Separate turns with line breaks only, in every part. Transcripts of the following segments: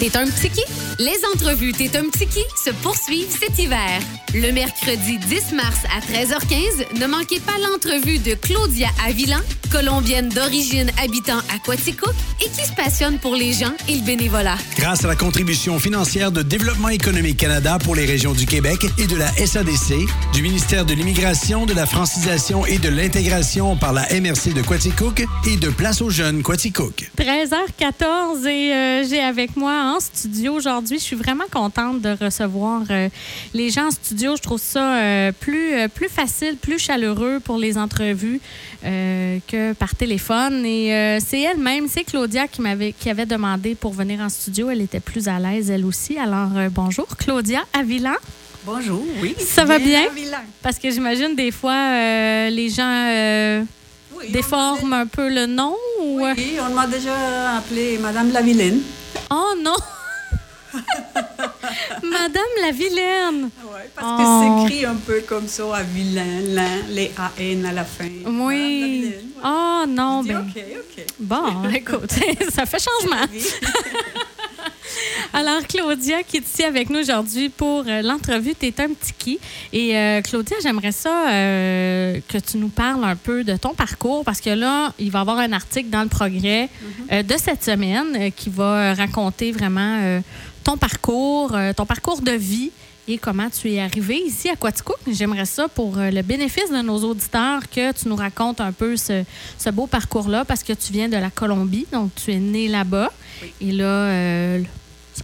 T'es un petit qui? Les entrevues T'es un petit qui se poursuivent cet hiver. Le mercredi 10 mars à 13h15, ne manquez pas l'entrevue de Claudia Avilan, colombienne d'origine habitant à Quaticook et qui se passionne pour les gens et le bénévolat.
Grâce à la contribution financière de Développement économique Canada pour les régions du Québec et de la SADC, du ministère de l'Immigration, de la francisation et de l'intégration par la MRC de Quaticook et de Place aux jeunes Quaticook.
13h14 et euh, j'ai avec moi en studio aujourd'hui. Je suis vraiment contente de recevoir euh, les gens en studio. Je trouve ça euh, plus, euh, plus facile, plus chaleureux pour les entrevues euh, que par téléphone. Et euh, c'est elle-même, c'est Claudia qui m'avait qui avait demandé pour venir en studio. Elle était plus à l'aise, elle aussi. Alors, euh, bonjour Claudia Avilan.
Bonjour, oui.
Ça va bien?
Vilain.
Parce que j'imagine des fois, euh, les gens euh,
Oui, on
déforment un peu le nom ou...
m'a- Oui, on m'a déjà appelé Madame la Vilaine.
Oh non! Madame la vilaine!
Oui, parce que
Oh.
c'est écrit un peu comme ça, à vilain, lin, les AN à la fin. Madame la
Oui.
Vilaine, ouais.
Oh non,
Je dis,
ben...
OK, OK.
Bon, écoute, ça fait changement.
Oui.
Alors, Claudia qui est ici avec nous aujourd'hui pour euh, l'entrevue T'es un petit qui. Et euh, Claudia, j'aimerais ça euh, que tu nous parles un peu de ton parcours parce que là, il va y avoir un article dans le progrès euh, de cette semaine euh, qui va raconter vraiment euh, ton parcours, euh, ton parcours de vie et comment tu es arrivée ici à Quaticook. J'aimerais ça pour euh, le bénéfice de nos auditeurs que tu nous racontes un peu ce, ce beau parcours-là parce que tu viens de la Colombie, donc tu es née là-bas. Et là, euh,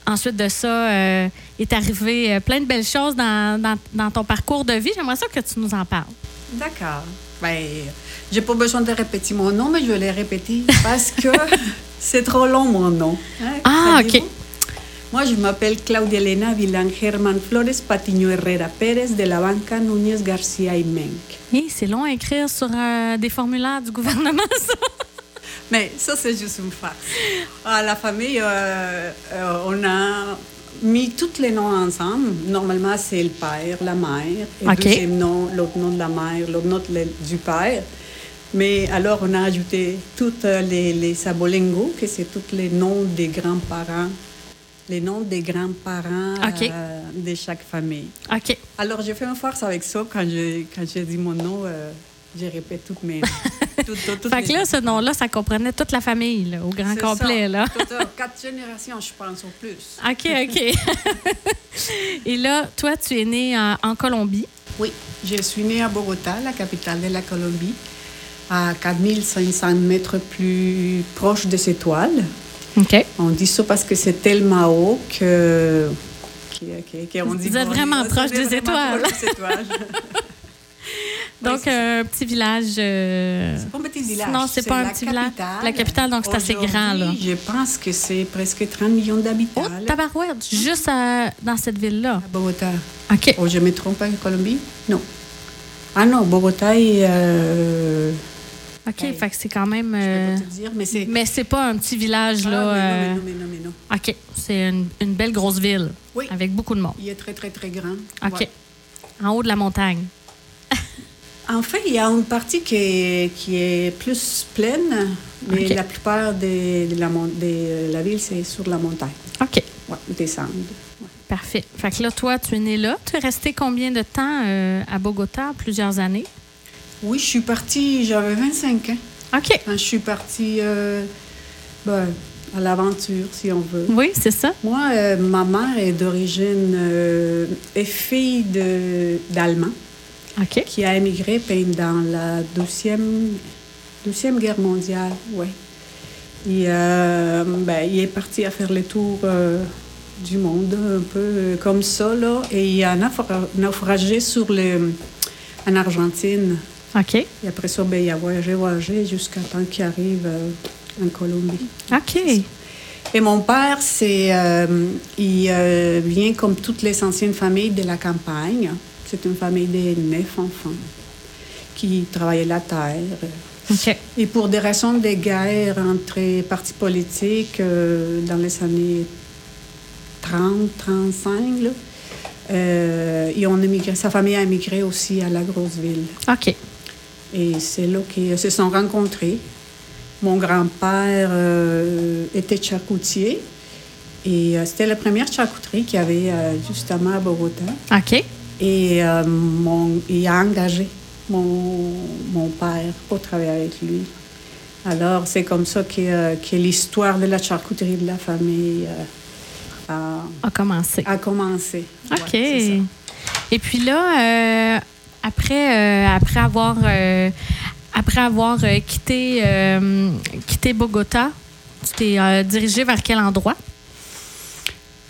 ensuite de ça, euh, est arrivé euh, plein de belles choses dans, dans- dans ton parcours de vie. J'aimerais ça que tu nous en parles.
D'accord. Ben, j'ai pas besoin de répéter mon nom, mais je vais le répéter parce que c'est trop long mon nom. Hein,
Ah,
saviez-vous?
ok.
Moi, je m'appelle Claudia Elena Vilan Germán Flores Patiño Herrera Pérez de la Banca Núñez García y Menck.
Hé, c'est long à écrire sur euh, des formulaires du gouvernement, ça.
Mais ça, c'est juste une farce. À la famille, euh, euh, on a mis tous les noms ensemble. Normalement, c'est le père, la mère, et le
Ok.
deuxième nom, l'autre nom de la mère, l'autre nom de la- du père. Mais alors, on a ajouté toutes euh, les, les abolengo, que c'est tous les noms des grands-parents, les noms des grands-parents
Ok.
euh, de chaque famille.
OK.
Alors, j'ai fait une farce avec ça quand j'ai quand j'ai dit mon nom. euh, j'ai répété toutes mes... toutes- toutes- toutes
Fait que
mes-
là, ce nom-là, ça comprenait toute la famille, là, au grand
c'est
complet,
ça.
là.
Total, quatre générations, je pense, au plus.
OK, OK. Et là, toi, tu es née en, en Colombie.
Oui, je suis née à Bogota, la capitale de la Colombie, à 4500 mètres plus proche des étoiles.
OK.
On dit ça parce que c'est tellement haut que... que- que- que on dit
Vous êtes
qu'on-
vraiment
on est
proche des
vraiment
étoiles.
proche des étoiles.
Donc,
c'est ça.
euh, un petit village. euh,
C'est pas un petit village.
Non, c'est pas un
la
petit village. La capitale, donc c'est assez grand, là.
Aujourd'hui, Je pense que c'est presque 30 millions d'habitants.
Oh, tabarouette,
Hein?
juste à- dans cette ville-là.
à Bogota.
OK.
Oh, je me trompe avec Colombie Non. Ah non, Bogota et. euh,
OK,
Hey.
fait que c'est quand même.
Je
euh,
peux pas te dire, mais c'est.
Mais c'est pas un petit village,
Ah,
là.
mais
euh,
non, mais non, mais non, mais non.
OK, c'est une, une belle grosse ville
Oui.
avec beaucoup de monde.
Il est très, très, très grand.
OK.
Ouais.
En haut de la montagne.
En fait, il y a une partie qui est, qui est plus pleine, mais
Ok.
la plupart des- de, la, mon- de la ville, c'est sur la montagne.
OK,
Ouais, descendre. Ouais.
parfait. Fait que là, toi, tu es né là. Tu es resté combien de temps euh, à Bogota? Plusieurs années.
Oui, je suis partie, j'avais 25 ans.
OK.
Quand je suis partie euh, ben, à l'aventure, si on veut.
Oui, c'est ça.
Moi, euh, ma mère est d'origine, euh, est fille de- d'Allemands
OK.
qui a émigré pendant la deuxième, deuxième guerre mondiale. Ouais. Et, euh, ben, il est parti à faire le tour euh, du monde, un peu euh, comme ça, là, et il a naufra- naufragé sur le, en Argentine.
OK.
Et après ça, ben, il a voyagé, voyagé jusqu'à temps qu'il arrive euh, en Colombie.
OK.
Et mon père, c'est, euh, il euh, vient comme toutes les anciennes familles de la campagne. C'est une famille de neuf enfants qui travaillaient la terre.
OK.
Et pour des raisons de guerre entre partis politiques euh, dans les années 30, 35, là, euh, ils ont émigré, sa famille a émigré aussi à la grosse ville.
OK.
Et c'est là qu'ils se sont rencontrés. Mon grand-père euh, était charcutier Et euh, c'était la première charcuterie qu'il y avait euh, justement à Bogota.
OK.
Et euh, mon, il a engagé mon, mon père pour travailler avec lui. Alors, c'est comme ça que, euh, que l'histoire de la charcuterie de la famille euh, a,
A commencé.
a commencé. Ouais,
OK.
c'est ça.
Et puis là, euh, après, euh, après avoir, euh, après avoir euh, quitté, euh, quitté Bogota, tu t'es euh, dirigé vers quel endroit?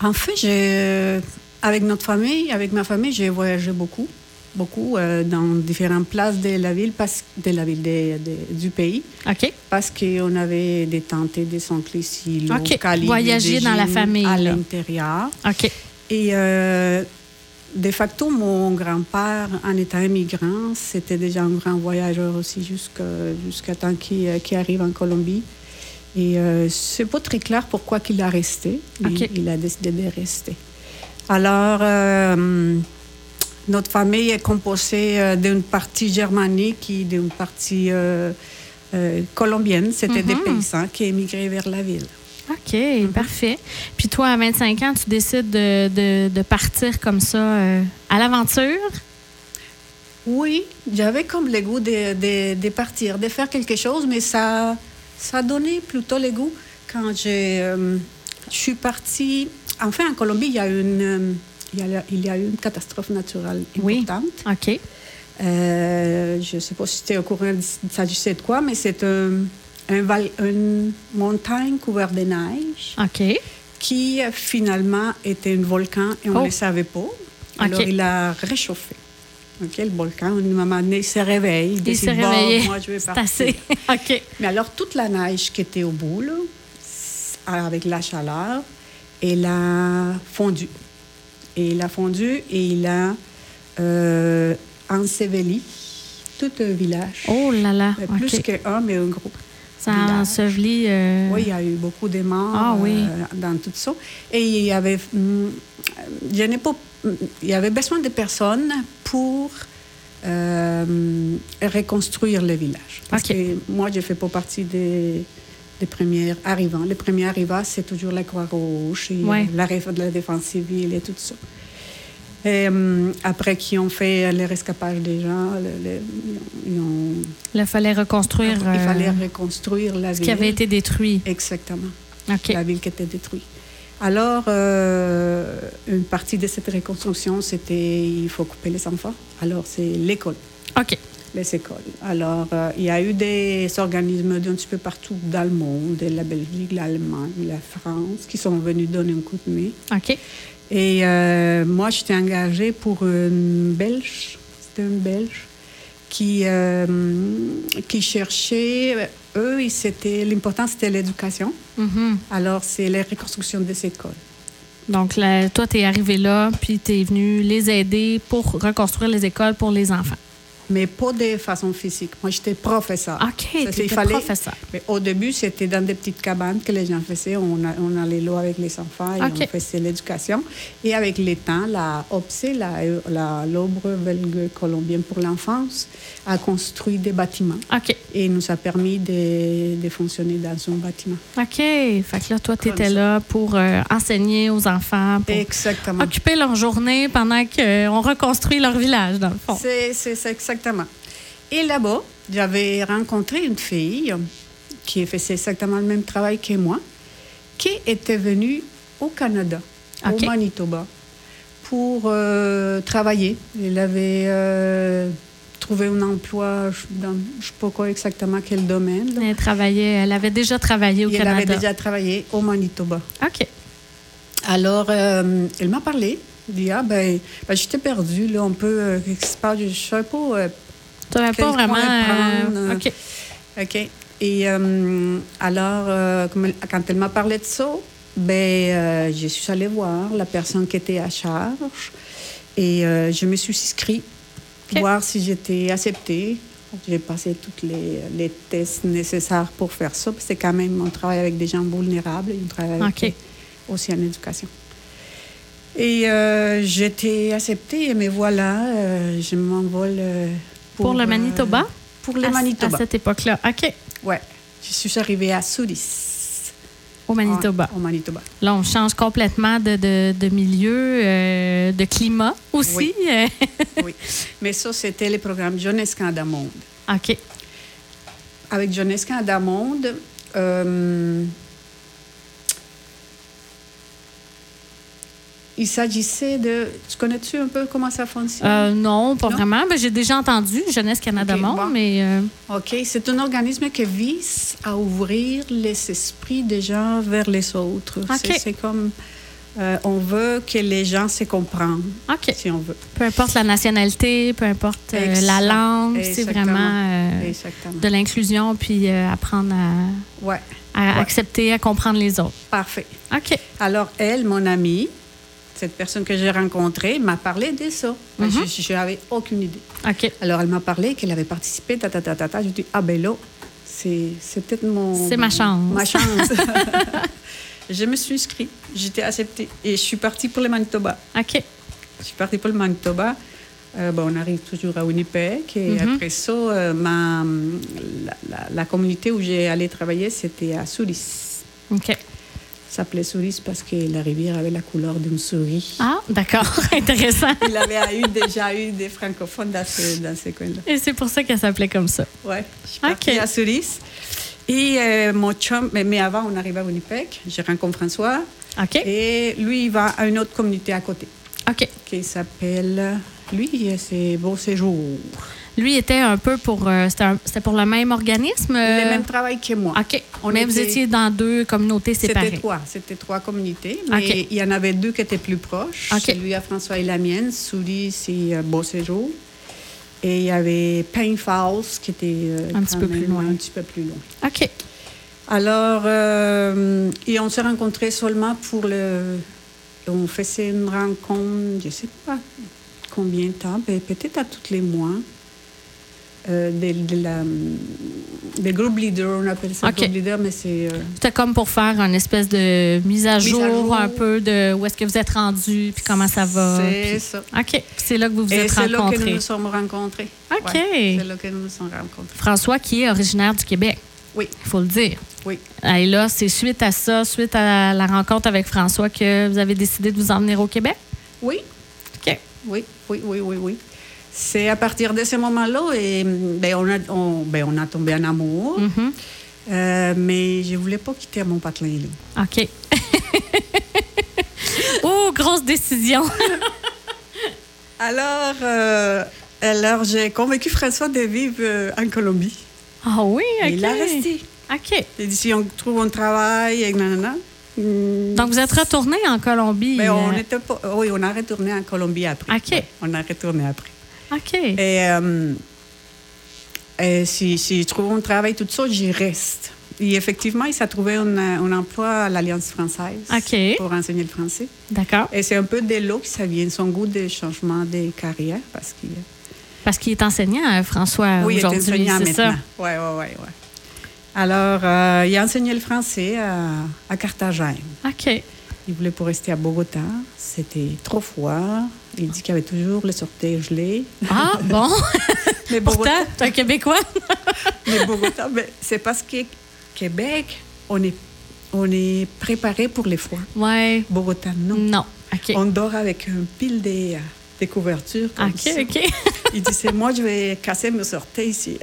En fait, j'ai- avec notre famille, avec ma famille, j'ai voyagé beaucoup, beaucoup euh, dans différentes places de la ville, parce, de la ville de- de- du pays,
OK.
parce qu'on avait des tantes, des oncles ici,
Ok,
locales,
voyager dans la
indigènes,
famille,
à
là.
l'intérieur.
OK.
Et euh, de facto, mon grand-père, en étant immigrant, c'était déjà un grand voyageur aussi jusqu'à jusqu'à temps qu'il euh, qu'il arrive en Colombie. Et euh, c'est pas très clair pourquoi qu'il a resté. mais
Ok.
Il a décidé de rester. Alors, euh, notre famille est composée euh, d'une partie germanique et d'une partie euh, euh, colombienne. C'était des paysans qui émigraient vers la ville.
OK, parfait. Puis toi, à 25 ans, tu décides de, de- de partir comme ça euh, à l'aventure.
Oui, j'avais comme le goût de, de- de partir, de faire quelque chose, mais ça, ça donnait plutôt le goût quand j'ai, euh, je suis partie. Enfin, en Colombie, il y a une, euh, il y a, la- il y a une catastrophe naturelle
Oui.
importante.
OK.
Euh, je ne sais pas si tu es au courant de s- il s'agissait de quoi, mais c'est un- un val- une montagne couverte de neige
OK.
qui euh, finalement était un volcan et on
Oh.
ne le savait pas. Alors
Ok.
il a réchauffé. Ok, le volcan, à un moment donné, il se réveille.
Il
décide,
s'est
Bon,
réveillé.
moi, je vais
C'est
partir.
assez. OK.
Mais alors, toute la neige qui était au bout, là, s- avec la chaleur, elle a fondu. Et il a fondu et il a euh, enseveli tout un village.
Oh là là.
Mais
OK.
Plus qu'un, mais un gros.
Ça
village.
ensevelit. euh,
Oui, il y a eu beaucoup de morts
Ah oui.
euh, dans tout ça. Et il y avait, hum, je n'ai pas, hum, il y avait besoin de personnes pour euh, reconstruire le village. Parce
Ok.
que moi, je ne fais pas partie des, des premiers arrivants. Les premiers arrivants, c'est toujours la Croix-Rouge et
Ouais.
euh, la, ré- la défense civile et tout ça. Et, hum, après qu'ils ont fait le rescapage des gens, le- le- ils ont-
Il fallait reconstruire
il
euh,
fallait reconstruire la
ce
ville.
qui avait été détruit.
Exactement
OK.
la ville qui était détruite. Alors, euh, une partie de cette reconstruction, c'était il faut couper les enfants. Alors, c'est l'école,
OK.
les écoles. Alors, euh, il y a eu des organismes d'un petit peu partout dans le monde, la Belgique, l'Allemagne, la France, qui sont venus donner un coup de main.
OK.
Et euh, moi, j'étais engagée pour une Belge, c'était une Belge, qui, euh, qui cherchait, eux, ils- c'était- l'important, c'était l'éducation.
Mhm.
Alors, c'est la reconstruction des écoles.
Donc, là, toi, tu es arrivé là, puis tu es venu les aider pour reconstruire les écoles pour les enfants.
Mais pas de façon physique. Moi, j'étais professeur.
OK,
Ça, c'est-
tu
il
étais
fallait-
professeur.
Mais au début, c'était dans des petites cabanes que les gens faisaient. On, a- on allait là avec les enfants et
Ok.
on faisait l'éducation. Et avec le temps, la OPSE, la- la- l'Obre belge colombienne pour l'enfance, a construit des bâtiments
OK.
et nous a permis de, de fonctionner dans un bâtiment.
OK. Fait que là, toi, tu
Comme
étais
ça.
là pour euh, enseigner aux enfants, pour
Exactement.
occuper leur journée pendant qu'on reconstruit leur village, dans le fond.
C'est, c'est ça, exactement. Et là-bas, j'avais rencontré une fille qui faisait exactement le même travail que moi, qui était venue au Canada,
Ok.
au Manitoba, pour euh, travailler. Elle avait euh, trouvé un emploi je- dans je ne sais pas quoi exactement quel domaine. là.
Elle, travaillait, elle avait déjà travaillé au
Et elle
Canada.
avait déjà travaillé au Manitoba.
OK.
Alors, euh, elle m'a parlé. Elle dit, ah ben, ben, j'étais perdue, là, on peut, euh, qu'est-ce qui se passe? je ne sais pas, euh,
Tu n'avais
Quel
pas
coin
vraiment.
prendre,
euh,
euh,
OK.
OK. Et euh, alors, euh, comme elle- quand elle m'a parlé de ça, ben, euh, je suis allée voir la personne qui était à charge et euh, je me suis inscrite
OK.
pour voir si j'étais acceptée. J'ai passé tous les, les tests nécessaires pour faire ça. parce que C'est quand même, on travaille avec des gens vulnérables et on travaille avec
OK.
eux aussi en éducation. Et euh, j'étais acceptée, mais voilà, euh, je m'envole euh,
Pour le
euh,
Manitoba?
pour le
À-
Manitoba.
À cette époque-là. OK.
Ouais, je suis arrivée à Souris.
au Manitoba.
en- au Manitoba.
Là, on change complètement de, de- de milieu, euh, de climat aussi.
oui. Mais ça, c'était le programme Jeunesse Canada Monde.
OK.
Avec Jeunesse Canada Monde, euh, il s'agissait de. Tu connais-tu un peu comment ça fonctionne?
Euh, non, pas
Non?
vraiment. Ben, J'ai déjà entendu Jeunesse Canada
OK,
Monde,
bon.
mais euh,
OK. C'est un organisme qui vise à ouvrir les esprits des gens vers les autres.
OK.
C'est- C'est comme. euh, on veut que les gens se comprennent,
OK.
si on veut.
Peu importe la nationalité, peu importe euh, la
Exact-
langue, c'est
exactement.
vraiment euh,
Exactement.
de l'inclusion puis euh, apprendre à,
Ouais,
à
Ouais.
accepter, à comprendre les autres.
parfait.
OK.
Alors, elle, mon amie, cette personne que j'ai rencontrée, m'a parlé de ça. Mais
Mhm.
Je n'avais aucune idée.
OK.
Alors, elle m'a parlé qu'elle avait participé, ta, ta, ta, ta, ta. Je dis, ah ben là, c'est c'est peut-être mon...
C'est ma chance.
Ma chance. je me suis inscrite, j'étais acceptée et je suis partie pour le Manitoba.
OK.
Je suis partie pour le Manitoba. Euh, bon, on arrive toujours à Winnipeg. Et
Mhm.
après ça, euh, ma, la, la- la communauté où j'ai allé travailler, c'était à Souris.
OK.
s'appelait Souris parce que la rivière avait la couleur d'une souris.
Ah, d'accord. Intéressant.
Il avait eu, déjà eu des francophones dans ce, dans ce coin-là.
Et c'est pour ça qu'elle s'appelait comme ça.
Ouais, je suis partie
Ok.
à Souris. Et euh, mon chum, mais, mais avant, on arrivait à Winnipeg. Je rencontre François.
OK.
Et lui, il va à une autre communauté à côté
OK.
qui s'appelle. Lui, c'est Beau Séjour.
Lui était un peu pour. euh, c'était un- c'était pour le même organisme? euh,
Le même travail que moi.
OK.
On
Mais vous
était-
étiez dans deux communautés
C'était
séparées.
trois, c'était trois communautés, mais
Ok.
il y en avait deux qui étaient plus proches,
Ok.
celui à François et la mienne, Souris et euh, Beau Séjour. Et il y avait Pain Falls qui était euh,
Un petit
quand
peu
même
plus loin.
un petit peu plus loin.
OK.
Alors, euh, et on s'est rencontrés seulement pour le... On faisait une rencontre, je ne sais pas combien de temps, mais peut-être à tous les mois, euh, des de la- des groupes leaders, on appelle ça
Ok.
groupe leader, mais c'est... euh,
C'était comme pour faire une espèce de mise à
Mise à
jour,
jour.
un peu de où est-ce que vous êtes rendu, puis comment ça va.
C'est
puis-
ça.
OK. Puis C'est là que vous vous
Et
êtes
c'est là que nous
rencontrés.
nous sommes rencontrés.
OK.
c'est là que nous nous sommes rencontrés.
François, qui est originaire du Québec,
Oui,
il faut le dire.
oui,
Et là, c'est suite à ça, suite à la rencontre avec François, que vous avez décidé de vous emmener au Québec?
oui,
OK.
oui, oui, oui, oui, oui. C'est à partir de ce moment-là et hum, ben, on, a, on, ben, on a tombé en amour.
Mhm.
Euh, mais je voulais pas quitter mon patelin. là.
OK. oh, grosse décision.
Alors, euh, alors j'ai convaincu François de vivre euh, en Colombie.
Ah oui, OK.
Et il a resté.
OK.
Il dit si on trouve un travail, et nanana. hum,
Donc, vous êtes retourné en Colombie.
mais Ben, on
euh,
était pas- Oui, on a retourné en Colombie après.
Ok.
Ouais, on a retourné après.
OK.
Et, euh, et si, si je trouve un travail, tout ça, j'y reste. Et effectivement, il s'est trouvé un, euh, un emploi à l'Alliance française
Ok.
pour enseigner le français.
D'accord.
Et c'est un peu de l'eau qui ça vient, son goût de changement de carrière, parce qu'il
Parce qu'il est enseignant, hein, François,
oui, il est
aujourd'hui,
enseignant
c'est ça.
maintenant. Oui, oui, oui. Ouais. Alors, euh, il a enseigné le français à, à Carthagène.
OK.
Il voulait pour rester à Bogota. C'était trop froid. Il dit qu'il y avait toujours les orteils gelés.
Ah, bon.
Mais
Pourtant, t'es un Québécois.
Mais Bogota, ben, c'est parce que Québec, on est, on est préparé pour les froids.
Ouais.
Bogota, non.
Non. OK.
On dort avec un pile de, euh, de couvertures. Comme
OK,
ça.
OK.
Il disait, moi, je vais casser mes orteils ici,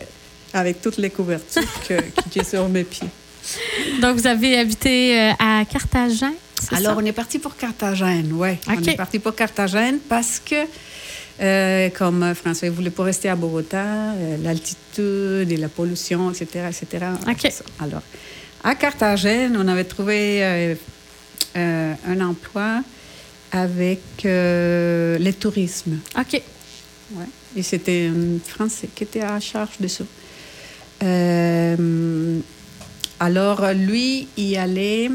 avec toutes les couvertures que, que j'ai sur mes pieds.
Donc, vous avez habité euh, à Carthagène, c'est
Alors,
ça?
on est parti pour Carthagène, oui. On
Ok.
est parti pour Carthagène parce que, euh, comme euh, François ne voulait pas rester à Bogota, euh, l'altitude et la pollution, etc., etc.
Ok.
Alors, à Carthagène, on avait trouvé euh, euh, un emploi avec euh, le tourisme.
OK.
Ouais. Et c'était un Français qui était à charge de ça. Euh, alors, lui, il allait.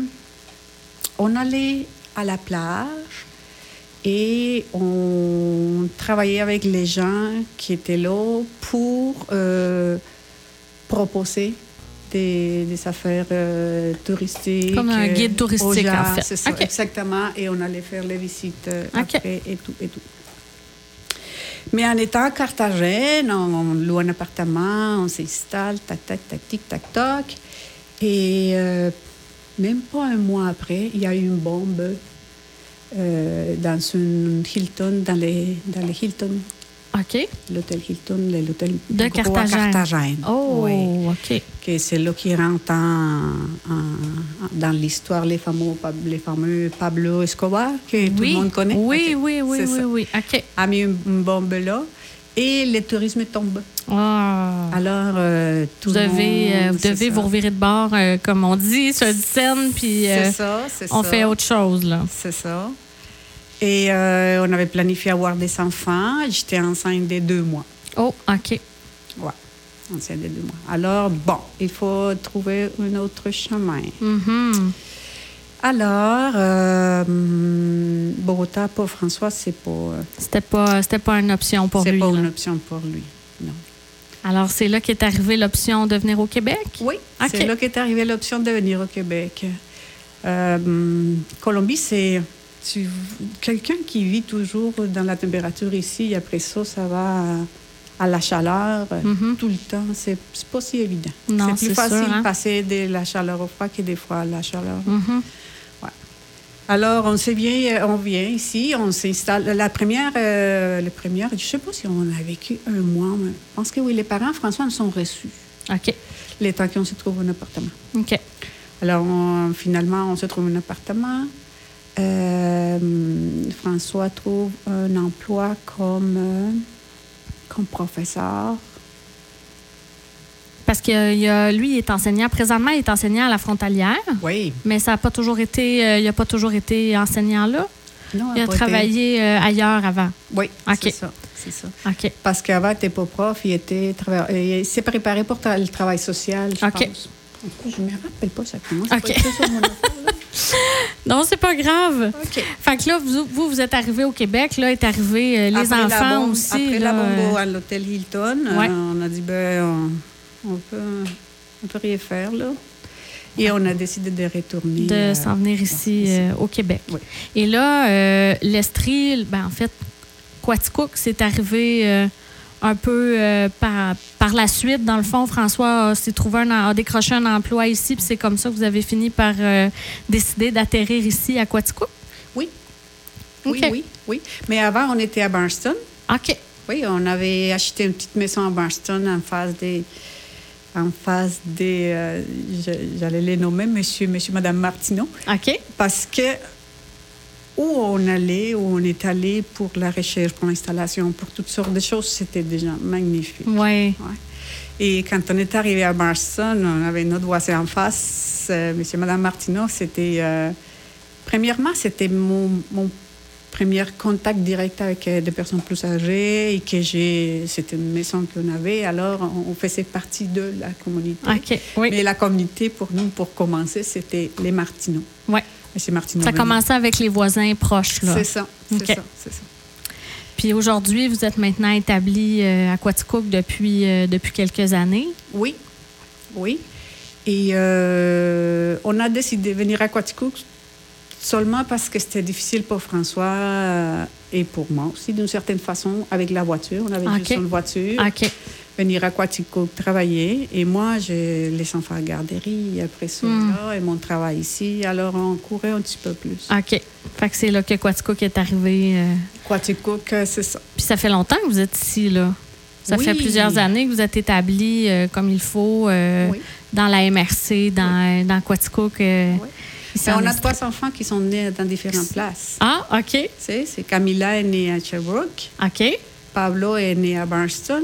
On allait à la plage et on travaillait avec les gens qui étaient là pour euh, proposer des, des affaires euh, touristiques.
Comme un guide
euh, aux
touristique, en
gens,
fait.
c'est ça,
Ok.
exactement. Et on allait faire les visites euh,
Ok.
après et tout, et tout. Mais en étant à Carthagène, on, on loue un appartement, on s'installe, tac, tac, tac, tic, tac, toc. Et euh, Même pas un mois après, il y a eu une bombe euh, dans une Hilton, dans les, dans les Hilton,
OK.
l'hôtel Hilton, l'hôtel
De
gros à
Carthagène.
Carthagène.
Oh,
Oui.
OK.
que c'est là qui rentre en- en- dans l'histoire les fameux, Pab- les fameux Pablo Escobar, que tout le monde connaît.
Oui,
Ok,
oui, oui,
c'est
oui,
ça.
oui. OK.
A mis une, une bombe là et le tourisme tombe.
Ah.
Alors, euh, tout
vous
le
devez,
monde,
euh, vous,
c'est
devez
ça.
vous revirer de bord, euh, comme on dit, sur une scène, puis euh,
C'est ça, c'est
on
ça.
fait autre chose, là.
C'est ça. Et euh, on avait planifié avoir des enfants. J'étais enceinte de deux mois.
Oh, OK.
Ouais, enceinte de deux mois. Alors, bon, il faut trouver un autre chemin.
Mhm.
Alors, euh, hum, Bogota pour François, c'est pas, euh,
C'était pas, c'était pas une option pour
c'est
lui. hein.
pas
là.
une option pour lui. Non.
Alors, c'est là qu'est arrivée l'option de venir au Québec?
Oui,
Ok.
c'est là qu'est arrivée l'option de venir au Québec. Euh, hum, Colombie, c'est tu- quelqu'un qui vit toujours dans la température ici, et après ça, ça va à, à la chaleur euh,
Mhm.
tout le temps. C'est c'est pas si évident.
Non,
c'est
c'est
plus facile
sûr, hein.
de passer de la chaleur au froid que des fois à la chaleur.
Mhm.
Alors, on s'est bien, on vient ici, on s'installe. La première, euh, la première, je ne sais pas si on a vécu un mois, mais je pense que oui, les parents, François, nous sont reçus,
OK.
les temps qu'on se trouve un appartement.
OK.
Alors, on- finalement, on se trouve un appartement. Euh, François trouve un emploi comme, euh, comme professeur.
Parce que euh, il y a- lui, il est enseignant. Présentement, il est enseignant à la frontalière,
Oui.
mais ça a pas toujours été, euh, il n'a pas toujours été enseignant là.
Non,
Il a
après,
travaillé euh, ailleurs avant.
t'es- Oui,
Ok.
c'est ça. C'est ça.
OK.
Parce qu'avant, t'es pas prof, il était trava- euh, il s'est préparé pour tra- le travail social, je
Ok.
pense. En tout cas, Je me rappelle pas exactement.
Ok. Non, c'est pas grave.
OK.
Fait que là, vous, vous, vous êtes arrivé au Québec, là, est arrivé euh, les
après la
enfants
bombe,
aussi.
Après
là,
la bombe
euh,
à l'hôtel Hilton, euh,
Ouais.
on a dit, ben, on, on peut, on peut rien faire, là. Et on a décidé de retourner.
de
euh,
s'en venir ici euh, au Québec.
Oui.
Et là, euh, l'Estrie, ben, en fait, Quaticook, c'est arrivé euh, un peu euh, par, par la suite. Dans le fond, François a- s'est trouvé un, a décroché un emploi ici, puis c'est comme ça que vous avez fini par euh, décider d'atterrir ici à Quaticook.
Oui. Oui,
OK.
oui, oui. Mais avant, on était à Barnston.
OK.
Oui, on avait acheté une petite maison à Barnston en face des. En face des. euh, je- J'allais les nommer monsieur, monsieur, madame Martineau.
OK.
Parce que où on allait, où on est allé pour la recherche, pour l'installation, pour toutes sortes de choses, c'était déjà magnifique.
Oui.
Ouais. Et quand on est arrivé à Marston, on avait notre voisin en face, euh, monsieur et madame Martineau, c'était... euh, premièrement, c'était mon, mon premier contact direct avec euh, des personnes plus âgées et que j'ai... C'était une maison qu'on avait, alors on, on faisait partie de la communauté.
OK. Oui.
Mais la communauté, pour nous, pour commencer, c'était les Martineaux.
Ouais.
Monsieur Martineau.
Ça
venait.
commençait avec les voisins proches. Là.
C'est ça, c'est
Ok.
ça, c'est ça.
Puis aujourd'hui, vous êtes maintenant établi euh, à Quaticook depuis, euh, depuis quelques années.
Oui, oui. Et euh, on a décidé de venir à Quaticook seulement parce que c'était difficile pour François euh, et pour moi aussi, d'une certaine façon, avec la voiture. On avait
Ah, Ok.
juste une voiture.
OK.
Venir à Quaticook travailler. Et moi, j'ai les enfants à garderie, et après ça,
Hmm.
là, et mon travail ici. Alors, on courait un petit peu plus.
OK. Fait que c'est là que Quaticook est arrivé. euh.
Quaticook, euh, c'est ça.
Puis ça fait longtemps que vous êtes ici, là. Ça
Oui.
fait plusieurs années que vous êtes établi euh, comme il faut euh,
Oui.
dans la MRC, dans, dans Quaticook. euh,
Oui.
ici
Et
en
on a
Estrie.
trois enfants qui sont nés dans différentes places.
Ah, OK.
Tu sais, C'est Camilla est née à Sherbrooke.
OK.
Pablo est né à Barnston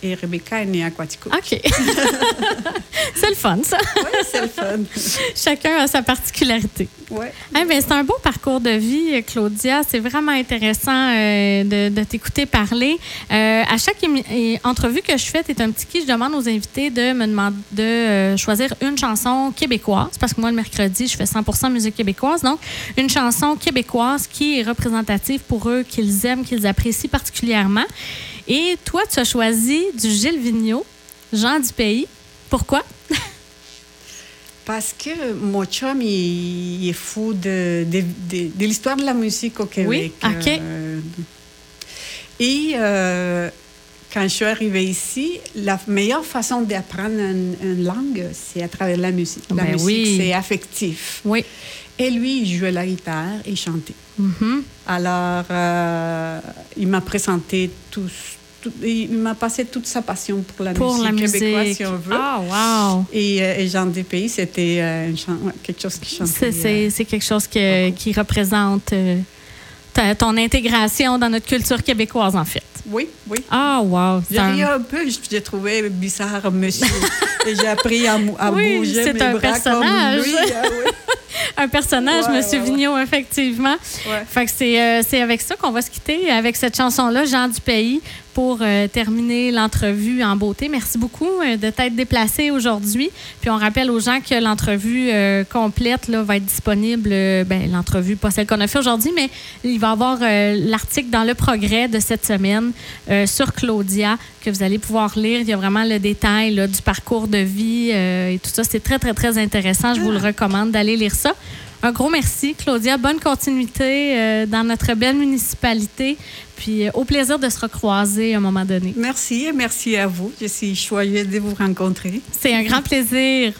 et Rebecca est née à Quatico.
OK. c'est le fun, ça.
Ouais, c'est le fun.
Chacun a sa particularité.
Ouais.
Eh ben, c'est un beau parcours de vie, euh, Claudia. C'est vraiment intéressant euh, de, de t'écouter parler. Euh, à chaque émi- é- entrevue que je fais, t'es un petit qui, je demande aux invités de me demander de euh, choisir une chanson québécoise, parce que moi, le mercredi, je fais 100 musique québécoise. Donc, une chanson québécoise qui est représentative pour eux, qu'ils aiment, qu'ils apprécient particulièrement. Et toi, tu as choisi du Gilles Vigneault, Jean du Pays. Pourquoi?
Parce que mon chum, il, il est fou de, de, de- de l'histoire de la musique au Québec.
Oui, ok.
Euh, et euh, Quand je suis arrivée ici, la meilleure façon d'apprendre une, une langue, c'est à travers la musique. La
Ben
musique,
oui.
c'est affectif.
Oui.
Et lui, il jouait la guitare et chantait.
Mm-hmm.
Alors, euh, il m'a présenté tout, tout- il m'a passé toute sa passion pour la
Pour
musique
la
québécoise,
musique.
si on veut.
Ah, wow.
Et, euh, et Jean Desppays, c'était euh, une chan- ouais, quelque chose qui chantait. euh,
C'est- C'est c'est quelque chose que- qui représente euh, ta- ton intégration dans notre culture québécoise, en fait.
euh, oui, oui.
Ah, wow.
J'ai
C'est un-
ri un peu, je- j'ai trouvé bizarre monsieur. et j'ai appris à, mou- à
Oui,
bouger
c'est
mes
un
bras
personnage.
comme lui. Ah oui,
un personnage,
Ouais,
Monsieur
ouais,
Vigneault, effectivement.
ouais.
Fait que c'est euh, c'est avec ça qu'on va se quitter, avec cette chanson-là, Jean du Pays, pour euh, terminer l'entrevue en beauté. Merci beaucoup euh, de t'être déplacé aujourd'hui. Puis on rappelle aux gens que l'entrevue euh, complète là, va être disponible, euh, ben, l'entrevue, pas celle qu'on a fait aujourd'hui, mais il va y avoir euh, l'article dans le progrès de cette semaine euh, sur Claudia que vous allez pouvoir lire. Il y a vraiment le détail là, du parcours de vie euh, et tout ça. C'est très, très, très intéressant. Je vous le recommande d'aller lire ça. Un gros merci, Claudia. Bonne continuité euh, dans notre belle municipalité. Puis euh, au plaisir de se recroiser à un moment donné.
Merci et merci à vous. Je suis choyée de vous rencontrer.
C'est un grand plaisir.